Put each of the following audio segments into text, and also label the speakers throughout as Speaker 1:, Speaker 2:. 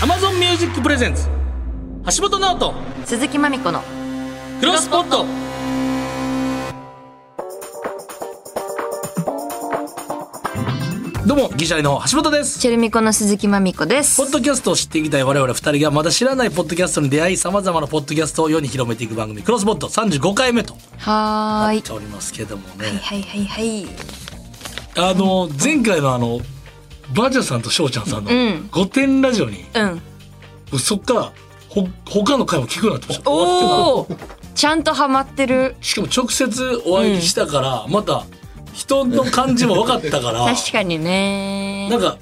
Speaker 1: Amazon Music Presents 橋本直人
Speaker 2: 鈴木まみこの
Speaker 1: クロスポットどうもギシャリの橋本です
Speaker 2: チェルミコの鈴木まみこです
Speaker 1: ポッドキャストを知っていきたい我々二人がまだ知らないポッドキャストに出会い様々なポッドキャストを世に広めていく番組クロスポット35回目と
Speaker 2: は
Speaker 1: なっ
Speaker 2: ーい
Speaker 1: ておりますけどもね、
Speaker 2: はいはいはい
Speaker 1: あの前回のあのバーチャさんと翔ちゃんさんの
Speaker 2: う
Speaker 1: 「
Speaker 2: ん
Speaker 1: 御殿ラジオに」
Speaker 2: はいうん
Speaker 1: もうそっからほ他の回も聞くようになってました
Speaker 2: おおちゃんとハマってる
Speaker 1: しかも直接お会いしたから、また人の感じも分かったから
Speaker 2: 確かにね
Speaker 1: なんか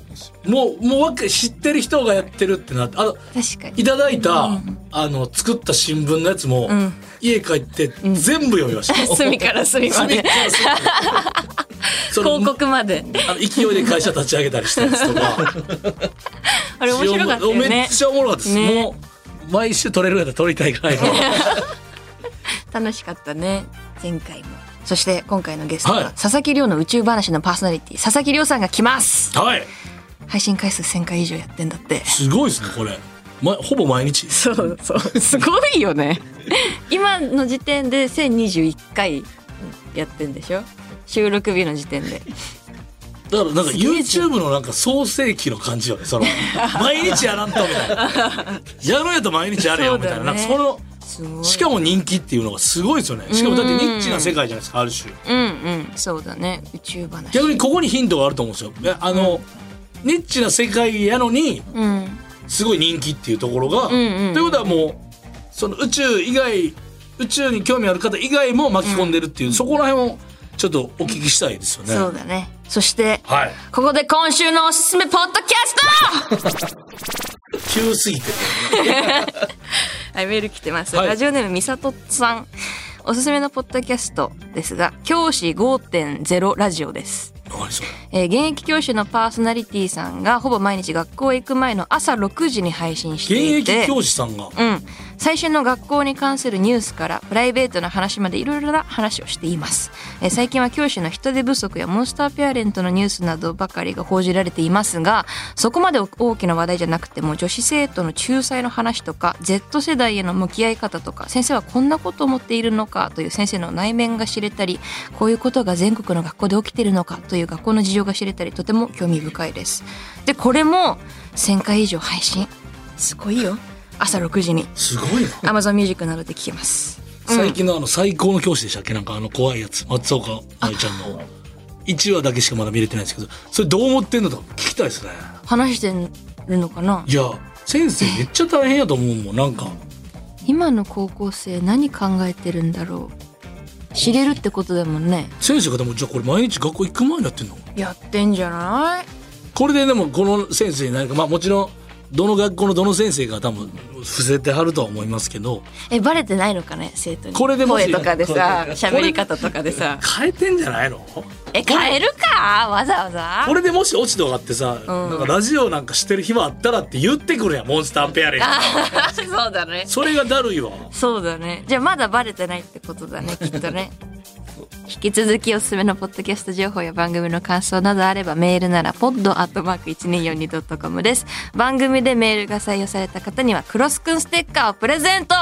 Speaker 1: もうもうわけ知ってる人がやってるってなってあの
Speaker 2: 確かに
Speaker 1: いただいた、
Speaker 2: うん
Speaker 1: あの作った新聞のやつも、
Speaker 2: うん
Speaker 1: 家帰って全部読みました、
Speaker 2: 隅から隅ま
Speaker 1: 隅
Speaker 2: で
Speaker 1: から隅までその
Speaker 2: 広告まで
Speaker 1: あの勢いで会社立ち上げたりしたやつとか
Speaker 2: あ れ面白かったよ
Speaker 1: め
Speaker 2: ね
Speaker 1: っちゃおもろかったです、
Speaker 2: ね
Speaker 1: もう毎週撮れるやつ撮りたいぐらいの
Speaker 2: 楽しかったね前回もそして今回のゲスト
Speaker 1: はい
Speaker 2: は佐々木亮の宇宙話のパーソナリティ佐々木亮さんが来ます
Speaker 1: はい
Speaker 2: 配信回数1000回以上やってんだって
Speaker 1: すごいですねこれ、ま、ほぼ毎日
Speaker 2: そうそうすごいよね今の時点で1021回やってんでしょ収録日の時点で
Speaker 1: だからなんか
Speaker 2: すげえじゃ
Speaker 1: YouTube のなんか創世期の感じよねそ の毎日やらんとみたいなやるんやったら毎日やれよみたいな,、
Speaker 2: そう
Speaker 1: な
Speaker 2: だ
Speaker 1: ん
Speaker 2: ね
Speaker 1: かその
Speaker 2: すごい
Speaker 1: しかも人気っていうのがすごいですよねしかもだってニッチな世界じゃないですかある種
Speaker 2: うんうんそうだね宇宙話
Speaker 1: 逆にここにヒントがあると思うんですよえあの、ニッチな世界やのに
Speaker 2: うん
Speaker 1: すごい人気っていうところが、
Speaker 2: んうん
Speaker 1: ということはもうその宇宙以外宇宙に興味ある方以外も巻き込んでるっていう、そこら辺をちょっとお聞きしたいですよね。
Speaker 2: そうだねそして
Speaker 1: はい
Speaker 2: ここで今週のおすすめポッドキャスト
Speaker 1: 急すぎて
Speaker 2: はいメール来てます、
Speaker 1: はい
Speaker 2: ラジオネームみさとさんおすすめのポッドキャストですが教師5.0ラジオです
Speaker 1: 何それ
Speaker 2: えー現役教師のパーソナリティさんがほぼ毎日学校へ行く前の朝6時に配信し
Speaker 1: 現
Speaker 2: ていて
Speaker 1: 役教師さんが
Speaker 2: うん、最新の学校に関するニュースからプライベートの話までいろいろな話をしています、えー最近は教師の人手不足やモンスターペアレントのニュースなどばかりが報じられていますがそこまで大きな話題じゃなくても女子生徒の仲裁の話とか Z 世代への向き合い方とか先生はこんなことを思っているのかという先生の内面が知れたりこういうことが全国の学校で起きているのかという学校の事情が知れたりとても興味深いですでこれも1000回以上配信すごいよ朝6時に
Speaker 1: すごいな
Speaker 2: Amazon Music などで聴けます。
Speaker 1: 最近のあの最高の教師でしたっけなんかあの怖いやつ松岡愛ちゃんの1話だけしかまだ見れてないですけどそれどう思ってんのとか聞きたいですね
Speaker 2: 話してるのかない
Speaker 1: や先生めっちゃ大変やと思うもんなんか
Speaker 2: 今の高校生何考えてるんだろう知れるってことだもんね。
Speaker 1: 先生がでもじゃあこれ毎日学校行く前にやってんの
Speaker 2: やってんじゃない
Speaker 1: これででもこの先生に何かまあもちろんどの学校のどの先生が多分伏せてはるとは思いますけど
Speaker 2: え、バレてないのかね生徒に。
Speaker 1: これでもし
Speaker 2: 声とかでさ、
Speaker 1: これ
Speaker 2: 喋り方とかでさ。
Speaker 1: 変えてんじゃないの
Speaker 2: え、変えるかわざわざ
Speaker 1: これでもし落ち度があってさ、なんかラジオなんかしてる暇あったらって言ってくるやんモンスターペアレント
Speaker 2: そうだね。
Speaker 1: それがだるいわ
Speaker 2: そうだね。じゃあまだバレてないってことだね、きっとね。引き続きおすすめのポッドキャスト情報や番組の感想などあればメールなら pod.1242.com です。番組でメールが採用された方にはクロスくんステッカーをプレゼント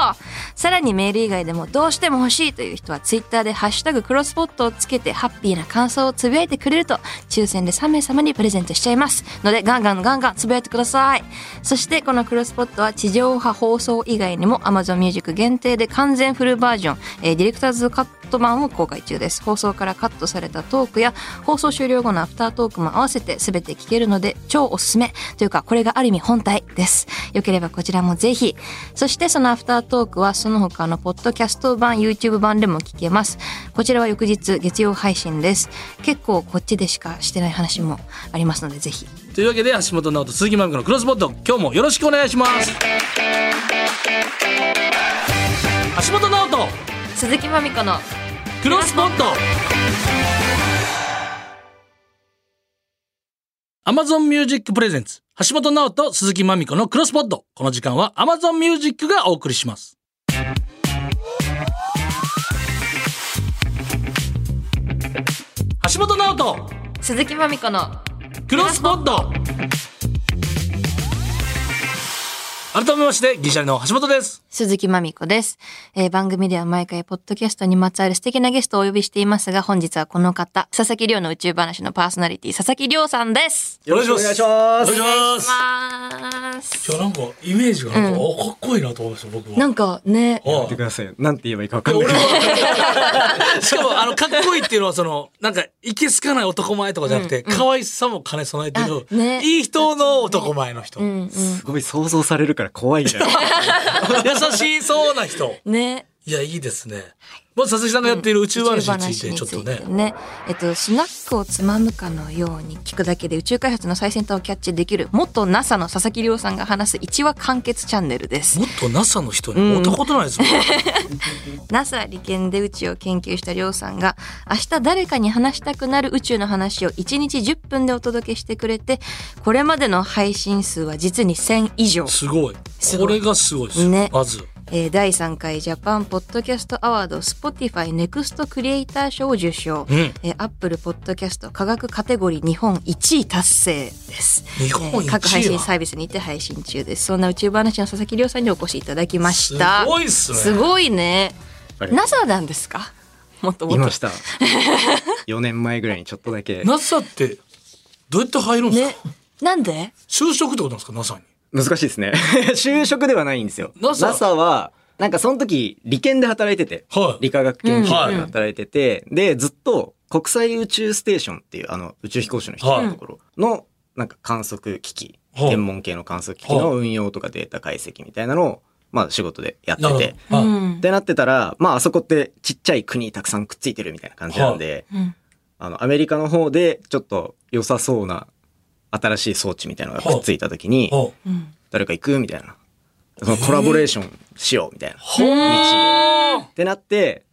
Speaker 2: さらにメール以外でもどうしても欲しいという人はツイッターでハッシュタグクロスポットをつけてハッピーな感想をつぶやいてくれると抽選で3名様にプレゼントしちゃいますのでガンガンガンガンつぶやいてくださいそしてこのクロスポットは地上波放送以外にも Amazon Music 限定で完全フルバージョン、えーディレクターズカット版を公開中です放送からカットされたトークや放送終了後のアフタートークも合わせて全て聞けるので超おすすめというかこれがある意味本体ですよければこちらもぜひそしてそのアフタートークはその他のポッドキャスト版 YouTube 版でも聞けますこちらは翌日月曜配信です結構こっちでしかしてない話もありますのでぜひ
Speaker 1: というわけで橋本直人鈴木まみこのクロスポット今日もよろしくお願いします橋本直人
Speaker 2: 鈴木まみこの
Speaker 1: クロスポット Amazon Music Presents 橋本直人鈴木まみこのクロスポットこの時間は Amazon Music がお送りします橋本直人
Speaker 2: 鈴木まみこの
Speaker 1: クロスポット改めまして、銀シャリの橋本です。
Speaker 2: 鈴木まみこです、えー番組では毎回ポッドキャストにまつわる素敵なゲストをお呼びしていますが、本日はこの方、佐々木亮の宇宙話のパーソナリティ、佐々木亮さんです。
Speaker 1: よろしくお願いします。お願いしま
Speaker 2: ます
Speaker 1: 今日なんか、イメージがなんか、あかっこいいなと思いました、僕は。
Speaker 2: なんかね、
Speaker 1: はい
Speaker 3: やってくださいよ。なんて言えばいいかわかん
Speaker 1: 俺
Speaker 3: な い。
Speaker 1: は、しかも、あの、かっこいいっていうのは、その、なんか、いけすかない男前とかじゃなくて、可愛さも兼ね備えて
Speaker 2: あね
Speaker 1: る、いい人の男前の人。
Speaker 2: う
Speaker 1: 優
Speaker 2: ん
Speaker 3: すごい想像されるから怖いんだよ。
Speaker 1: しそうな人。
Speaker 2: うん。ね。
Speaker 1: いや、いいですね。まず、佐々木さんがやっている宇宙話について、ちょっと
Speaker 2: 宇宙話について
Speaker 1: ね。
Speaker 2: ね。えっと、スナックをつまむかのように聞くだけで宇宙開発の最先端をキャッチできる、元 NASA の佐々木亮さんが話す一話完結チャンネルです。
Speaker 1: もっと NASA の人に会ったことないですもん。
Speaker 2: NASA 理研で宇宙を研究した亮さんが明日誰かに話したくなる宇宙の話を1日10分でお届けしてくれてこれまでの配信数は実に1000以上、
Speaker 1: すごい
Speaker 2: す。ごい
Speaker 1: これがすごいですよ。
Speaker 2: ね
Speaker 1: まず。
Speaker 2: えー第3回ジャパンポッドキャストアワード Spotify ネクストクリエイター賞を受賞、
Speaker 1: うん
Speaker 2: えー、Apple ポッドキャスト科学カテゴリー日本1位達成です
Speaker 1: 日本
Speaker 2: えー各配
Speaker 1: 1位
Speaker 2: 信
Speaker 1: は。
Speaker 2: サービスにて配信中ですそんな宇宙話の佐々木亮さんにお越しいただきました
Speaker 1: すごいっすね
Speaker 2: すごいね
Speaker 3: あれ
Speaker 2: NASA なんですかもっとも
Speaker 3: い
Speaker 2: っと
Speaker 3: ました。4年前ぐらいにちょっとだけ
Speaker 1: NASA って、どうやって入るんです
Speaker 2: ね
Speaker 1: か、
Speaker 2: なんで
Speaker 1: 就職ってことなんですか ?NASA に。
Speaker 3: 難しいですね。 就職ではないんですよ。
Speaker 1: NASA
Speaker 3: は、なんかその時、理研で働いてて、
Speaker 1: はい
Speaker 3: 理化学研究
Speaker 1: はい
Speaker 3: 所で働いてて、で、ずっと国際宇宙ステーションっていう、あの、宇宙飛行士の人
Speaker 1: はい
Speaker 3: のところの、なんか観測機器、
Speaker 1: はい
Speaker 3: 天文系の観測機器の運用とかデータ解析みたいなのを、まあ仕事でやって
Speaker 1: なるほ
Speaker 3: て、
Speaker 1: ど。はい
Speaker 3: ってなってたら、まああそこってちっちゃい国たくさんくっついてるみたいな感じなんで、
Speaker 2: うん
Speaker 3: あの、アメリカの方でちょっと良さそうな新しい装置みたいなのがくっついた時に、
Speaker 1: は
Speaker 2: うん
Speaker 3: 誰か行くみたいな。そのコラボレーションしようみたいな。
Speaker 1: ほー
Speaker 3: ってなって、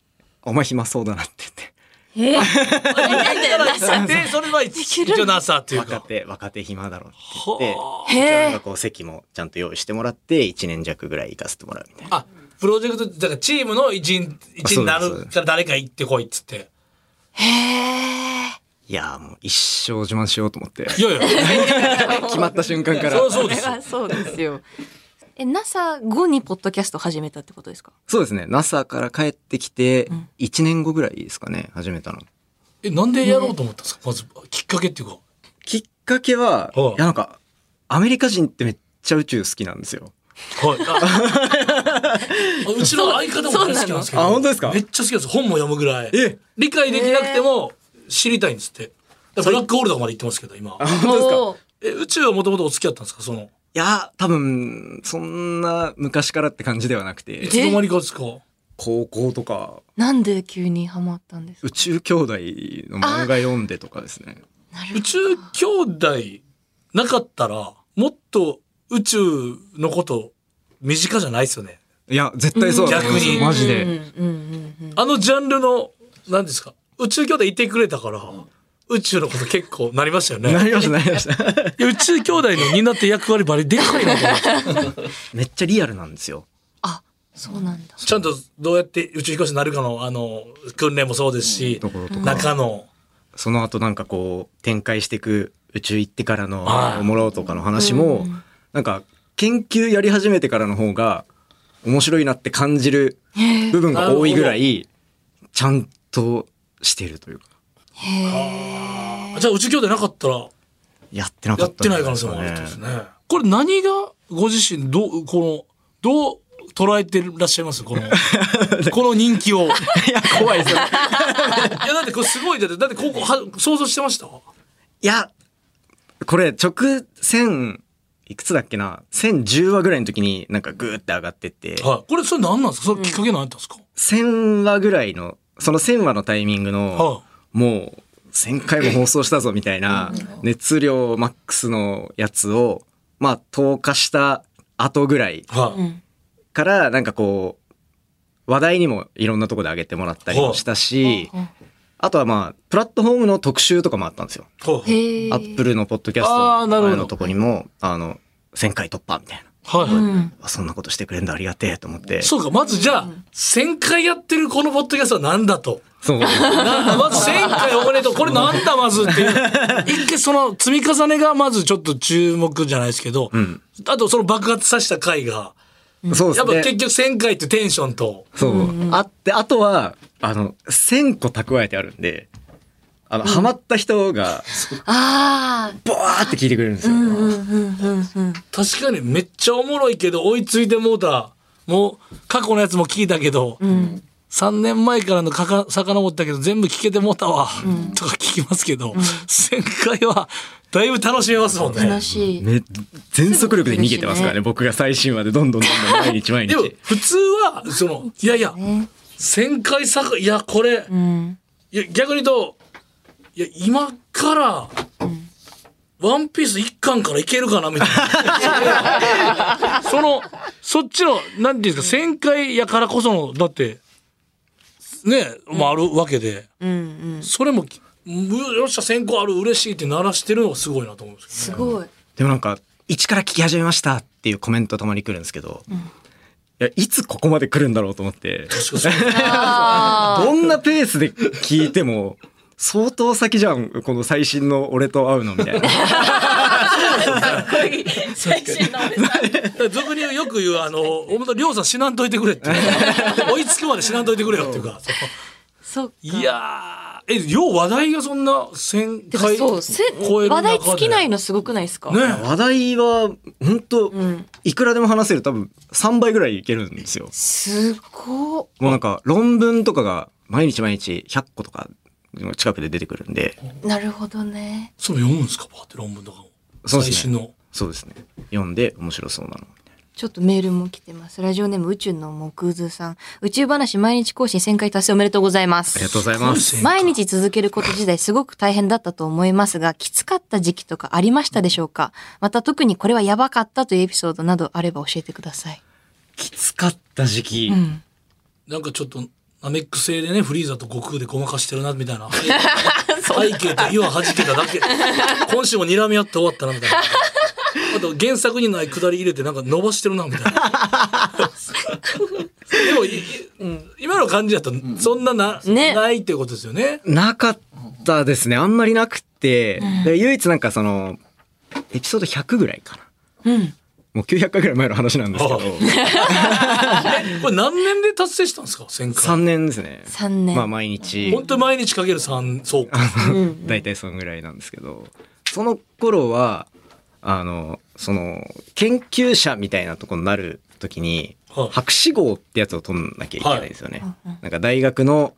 Speaker 3: お前暇そうだなって言って。
Speaker 2: え なんで NASA
Speaker 1: で、それは一応 NASA っていう
Speaker 3: 若
Speaker 1: か。
Speaker 3: 手、若手暇だろって言って
Speaker 1: は、
Speaker 2: へ
Speaker 3: な
Speaker 2: え
Speaker 3: んかこう席もちゃんと用意してもらって、1年弱ぐらい行かせてもらうみたいな。
Speaker 1: あ、プロジェクト、だからチームの一員、一員にな
Speaker 3: そうですそう
Speaker 1: る
Speaker 3: です
Speaker 1: から誰か行ってこいっつって。
Speaker 2: へえ
Speaker 3: いやーもう一生自慢しようと思 って。
Speaker 1: いやい や、
Speaker 3: 決まった瞬間から
Speaker 1: そり。ゃそう
Speaker 2: こ
Speaker 1: ですよ。
Speaker 2: れはそうですよえ NASA 後にポッドキャスト始めたってことですか
Speaker 3: そうですね。NASA から帰ってきて、1年後ぐらいですかね、始めたの。
Speaker 1: え、なんでやろうと思ったんですかまず、きっかけっていうか。
Speaker 3: きっかけは、い
Speaker 1: うん
Speaker 3: やなんか、アメリカ人ってめっちゃ宇宙好きなんですよ。
Speaker 1: はいあ。 うちの相方も大好きなんですけど。
Speaker 3: そうなのあ本当ですか
Speaker 1: めっちゃ好きなんです。本も読むぐらい。
Speaker 3: え
Speaker 1: 理解できなくても知りたいんですって。だからブラックホールとかまで行ってますけど、今。
Speaker 3: 本当ですか
Speaker 2: おー
Speaker 1: え、宇宙はもともとお付き合ったんですかその。
Speaker 3: いや、多分、そんな昔からって感じではなく
Speaker 1: い
Speaker 3: て、
Speaker 1: つの間にかですか
Speaker 3: 高校とか、
Speaker 2: なんで急にハマったんですか
Speaker 3: 宇宙兄弟の漫画読んでとかですね。
Speaker 1: 宇宙兄弟なかったら、もっと宇宙のこと身近じゃないですよね。
Speaker 3: いや、絶対そうだと思います
Speaker 1: 逆
Speaker 3: よ
Speaker 1: に
Speaker 3: マジ
Speaker 2: うんう
Speaker 3: で。
Speaker 2: んうんうん
Speaker 1: あのジャンルの、何ですか宇宙兄弟いてくれたから、宇宙のこと結構なりましたよね。
Speaker 3: なりました、なりました。
Speaker 1: いや宇宙兄弟の担って役割バリでかいなと思って。
Speaker 3: めっちゃリアルなんですよ。
Speaker 2: あそうなんだ
Speaker 1: ちゃんとどうやって宇宙飛行士になるかの、あの、訓練もそうですし、
Speaker 3: ところとか。
Speaker 1: 中の、
Speaker 3: その後なんかこう展開していく宇宙行ってからの
Speaker 1: はい
Speaker 3: もらおうとかの話も、なんか研究やり始めてからの方が面白いなって感じる部分が多いぐらいちゃんとしてるというか
Speaker 1: じゃあ宇宙兄弟なかったら、
Speaker 3: やってなか
Speaker 1: や
Speaker 3: っ
Speaker 1: ったて
Speaker 3: ん
Speaker 1: ない
Speaker 3: じ
Speaker 1: 可能
Speaker 3: ゃです
Speaker 1: 性もあるってこと
Speaker 3: ね
Speaker 1: ですね。これ何がご自身、どう、この、どう捉えてらっしゃいますこの、この人気を。いや、怖いですよ。いや、だってこれすご い、だって、だってここ、は想像してました
Speaker 3: いやこれ直線いくつだっけな1010話ぐらいの時になんかグーって上がってって、
Speaker 1: はい。これ、それ何なんですかそのきっかけ何やったんですか、
Speaker 3: 1000話ぐらいのその1000話のタイミングの、
Speaker 1: は
Speaker 3: もう1000回も放送したぞみたいな熱量マックスのやつをまあ投下した後ぐらい
Speaker 1: い。は
Speaker 2: う
Speaker 1: い。
Speaker 2: ん
Speaker 3: からなんかこう話題にもいろんなとこで上げてもらったりもしたし
Speaker 2: ほうほう
Speaker 3: あとはまあプラットフォームの特集とかもあったんですよ。
Speaker 1: はい。
Speaker 2: へえ
Speaker 3: アップルのポッドキャス
Speaker 1: あー
Speaker 3: ト
Speaker 1: なるほど
Speaker 3: の前のとこにもあの1000回突破みたいな
Speaker 1: はい。
Speaker 2: うん
Speaker 3: あそんなことしてくれるんだありがてえと思って
Speaker 1: そうか、まずじゃあ、1000回やってるこのポッドキャストは何だと。
Speaker 3: そう。
Speaker 1: なまず1000回 おめでとうこれなんだまずっていう一回その積み重ねがまずちょっと注目じゃないですけど、
Speaker 3: ん
Speaker 1: あとその爆発させた回が
Speaker 3: そう
Speaker 1: やっぱ
Speaker 3: です
Speaker 1: 結
Speaker 3: ね。
Speaker 1: 局1000回ってテンションと
Speaker 3: そう。あって、あとは、あの、1000個蓄えてあるんで、あの、ハマった人が、
Speaker 2: あ
Speaker 3: ボワーって聞いてくれるんですよ。
Speaker 1: 確かにめっちゃおもろいけど追いついてもうたもう過去のやつも聞いたけど、3年前からのかか遡ったけど全部聞けてもうたわ、とか聞きますけど、1000回はだいぶ楽しめますもん
Speaker 2: あ楽
Speaker 1: ね。
Speaker 2: しい
Speaker 3: め全速力で逃げてますからね僕が最新話でどんどんどんどん毎日毎
Speaker 1: でも
Speaker 3: 日
Speaker 1: 普通は そのいやいや
Speaker 2: ね
Speaker 1: 1000回さいやこれ、
Speaker 2: うん
Speaker 1: いや逆に言うといや今から、ワンピース一巻からいけるかなみたいな そのそっちのなんていうんですか旋回やからこそのだってねまああるわけで、
Speaker 2: うんうん
Speaker 1: それもむよっしゃ先行ある嬉しいって鳴らしてるのがすごいなと思うんです
Speaker 2: すごい
Speaker 3: でもなんか「一から聞き始めました」っていうコメントたまに来るんですけど、いやいつここまで来るんだろうと思って
Speaker 1: けど 確かに
Speaker 3: どんなペースで聞いても相当先じゃんこの最新の俺と会うのみた いな
Speaker 4: 最新の俺さん
Speaker 1: 俗に言うよく言うあの本当りょうさん死なんといてくれっていう 追いつくまで死なんといてくれよっていうかその
Speaker 2: そっか
Speaker 1: いやーえよう話題がそんな1000
Speaker 2: てか
Speaker 1: 回
Speaker 2: そうせ
Speaker 1: 超える中で
Speaker 2: 話題尽きないのすごくないですか
Speaker 1: ね
Speaker 3: 話題は本当
Speaker 2: うん
Speaker 3: いくらでも話せる多分3倍ぐらいいけるんですよ
Speaker 2: すごっ
Speaker 3: もうなんか論文とかが毎日毎日100個とか近くで出てくるんで
Speaker 2: なるほどね
Speaker 1: それ読むんですかバーって論文とかも
Speaker 3: そうです
Speaker 1: 最新
Speaker 3: ね
Speaker 1: の
Speaker 3: そうですね読んで面白そうなの
Speaker 2: ちょっとメールも来てますラジオネーム宇宙の木図さん宇宙話毎日更新1000回達成おめでとうございます
Speaker 3: ありがとうございます
Speaker 1: すごい
Speaker 2: 毎日続けること自体すごく大変だったと思いますが、きつかった時期とかありましたでしょうかまた特にこれはやばかったというエピソードなどあれば教えてください。
Speaker 3: きつかった時期、
Speaker 2: うん。
Speaker 1: なんかちょっとナメック星でねフリーザと悟空でごまかしてるなみたいな背景と岩はじけただけ今週も睨み合って終わったなみたいなあと原作にないくだり入れてなんか伸ばしてるなみたいなでもいい今の感じだとそんなな,、
Speaker 2: ね
Speaker 1: ないってことですよね
Speaker 3: なかったですねあんまりなくて、で唯一なんかそのエピソード100ぐらいかな
Speaker 2: うん。
Speaker 3: もう900回ぐらい前の話なんですけ
Speaker 1: あ
Speaker 3: ど
Speaker 1: これ何年で達成したんですか1000
Speaker 3: 3
Speaker 1: 回
Speaker 3: 年ですね
Speaker 2: 3年。
Speaker 3: まあ毎日
Speaker 1: 本当に毎日かける3そうか
Speaker 2: うん
Speaker 3: 大体そのぐらいなんですけどその頃はあのその研究者みたいなとこになる時に
Speaker 1: はい
Speaker 3: 博士号ってやつを取んなきゃいけないですよね。
Speaker 2: うん
Speaker 3: なんか大学の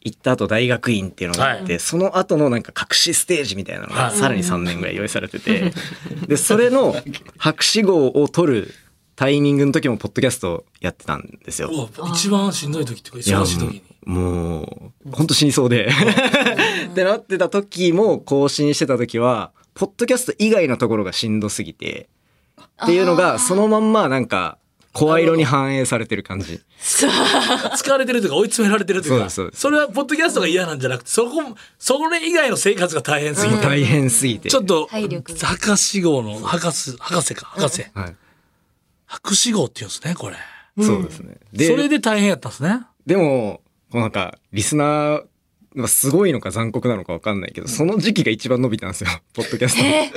Speaker 3: 行った後大学院っていうのがあって、
Speaker 1: は
Speaker 3: その後のなんか隠しステージみたいなの
Speaker 1: はい
Speaker 3: がさらに3年ぐらい用意されてて、 でそれの博士号を取るタイミングの時もポッドキャストやってたんですよ。
Speaker 1: うわ一番しんどい時っていうか忙しい時に
Speaker 3: もう本当死にそうでってなってた時も更新してた時はポッドキャスト以外のところがしんどすぎてっていうのがそのまんまなんか声色に反映されてる感じ
Speaker 1: 使われてるというか追い詰められてるというか
Speaker 3: そうですそう
Speaker 1: それ
Speaker 3: です
Speaker 1: はポッドキャストが嫌なんじゃなくてそこもそれ以外の生活が大変すぎて、
Speaker 3: 大変すぎて
Speaker 1: ちょっと
Speaker 2: 体力が
Speaker 1: 博士号の博士博士か博士
Speaker 3: はい
Speaker 1: 博士号って言うんですねこれ
Speaker 3: そうですね
Speaker 1: それ
Speaker 3: で
Speaker 1: で大変やったんですね
Speaker 3: でもこうなんかリスナーがすごいのか残酷なのかわかんないけどその時期が一番伸びたんですよポッドキャストのい
Speaker 2: え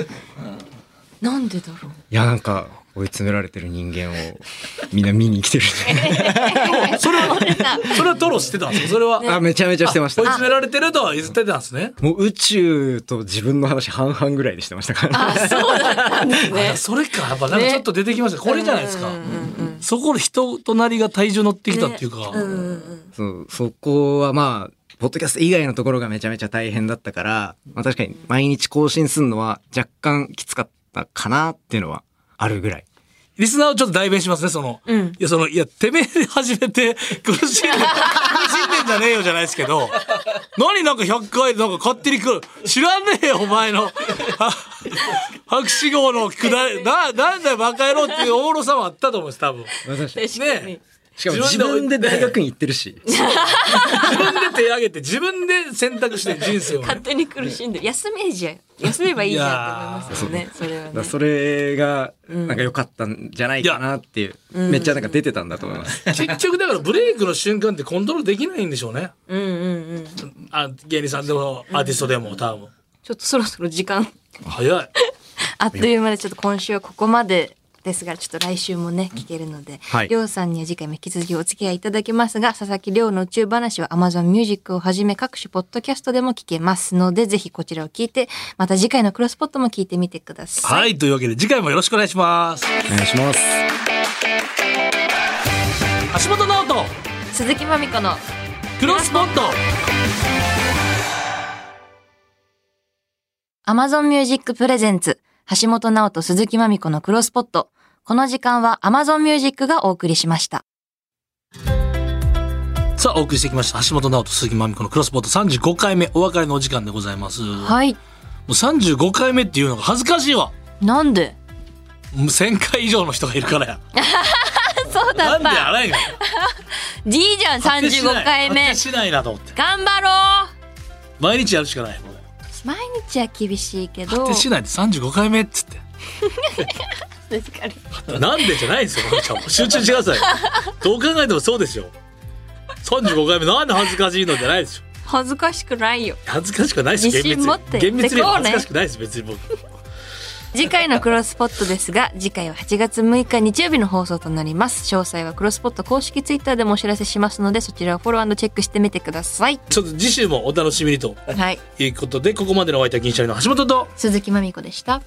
Speaker 2: ーなんでだろう
Speaker 3: やなんか追い詰められてる人間をみんな見に来てる
Speaker 1: それはそれはトロしてたんですよそれは、
Speaker 3: あめちゃめちゃしてました
Speaker 1: 追い詰められてるとは言ってたんですね
Speaker 3: もう宇宙と自分の話半々ぐらいでしてましたから。
Speaker 2: あ、そうだったんです
Speaker 1: あ
Speaker 2: ね。
Speaker 1: それかやっぱなんかちょっと出てきました、これじゃないですか、そこの人となりが体重乗ってきたっていうか、
Speaker 2: うんうんうん。
Speaker 3: そう、そこはまあ、ポッドキャスト以外のところがめちゃめちゃ大変だったから、まあ確かに毎日更新するのは若干きつかったかなっていうのはあるぐらい。
Speaker 1: リスナーをちょっと代弁しますね、その。
Speaker 2: うん
Speaker 1: いや、その、いや、てめえで始めて苦しんで、苦しんでんじゃねえよじゃないですけど、何なんか100回なんか勝手に来る。知らねえよ、お前の。は博士号のくだり、な、なんだよ、バカ野郎っていうおもろさもあったと思うんです、多分。
Speaker 3: 私
Speaker 1: ね
Speaker 3: しかも自分で大学に行ってるし。
Speaker 1: 自分で手挙げて自分で選択して人生をね、
Speaker 2: 勝手に苦しんでる休めじゃん休めばいいじゃんって思いますよねそれは
Speaker 3: だから
Speaker 2: ね
Speaker 3: それがなんか良かったんじゃないかなっていう、
Speaker 2: ん
Speaker 3: めっちゃなんか出てたんだと思います。
Speaker 1: 結局だからブレイクの瞬間ってコントロールできないんでしょうね
Speaker 2: うんうんうんちょ
Speaker 1: あ芸人さんでもアーティストでも多分
Speaker 2: っとそろそろ時間
Speaker 1: 早い
Speaker 2: あっという間でちょっと今週はここまでですがちょっと来週もね聞けるので、
Speaker 3: はい
Speaker 2: りょうさんには次回も引き続きお付き合いいただきますが佐々木亮の宇宙話は Amazon Music をはじめ各種ポッドキャストでも聞けますのでぜひこちらを聞いてまた次回のクロスポットも聞いてみてください。
Speaker 1: はいというわけで次回もよろしくお願いします
Speaker 3: お願いします。
Speaker 1: 橋本直人
Speaker 2: 鈴木まみこの
Speaker 1: クロスポット
Speaker 2: Amazon Music Presents 橋本直人鈴木まみこのクロスポットこの時間は Amazon Music がお送りしました。
Speaker 1: さあお送りしてきました橋本直人鈴木まみこのクロスポット35回目お別れのお時間でございます、も
Speaker 2: はい。
Speaker 1: う35回目っていうのが恥ずかしいわ
Speaker 2: なんで
Speaker 1: もう1000回以上の人がいるからや
Speaker 2: そう
Speaker 1: な
Speaker 2: だっ
Speaker 1: んでや
Speaker 2: た。
Speaker 1: らへんか
Speaker 2: D じゃん、35回
Speaker 1: 果
Speaker 2: 目
Speaker 1: て。しないなと思って
Speaker 2: 頑張ろ
Speaker 1: 毎日やるしかないこれ
Speaker 2: う毎日は厳しいけ
Speaker 1: 果
Speaker 2: ど。
Speaker 1: てしないで35回目っつって
Speaker 2: 確かに
Speaker 1: なんでじゃないんですよ、まみちゃんも。集中してください。どう考えてもそうですよ。35回目、なんで恥ずかしいのじゃないですよ。
Speaker 2: 恥ずかしくないよ。
Speaker 1: 恥ずかしくないし、
Speaker 2: 自
Speaker 1: 厳
Speaker 2: 信
Speaker 1: 密
Speaker 2: 持っ
Speaker 1: に
Speaker 2: て。
Speaker 1: 厳密には
Speaker 2: でこう
Speaker 1: 恥
Speaker 2: ね
Speaker 1: ずかしくないです、別に僕。
Speaker 2: 次回のクロスポットですが、次回は8月6日日曜日の放送となります。詳細はクロスポット公式ツイッターでもお知らせしますので、そちらをフォローチェックしてみてください。
Speaker 1: ちょっと次週もお楽しみにと
Speaker 2: はい。
Speaker 1: いうことで、ここまでのお相手は銀シャリの橋本と、
Speaker 2: 鈴木まみこでした。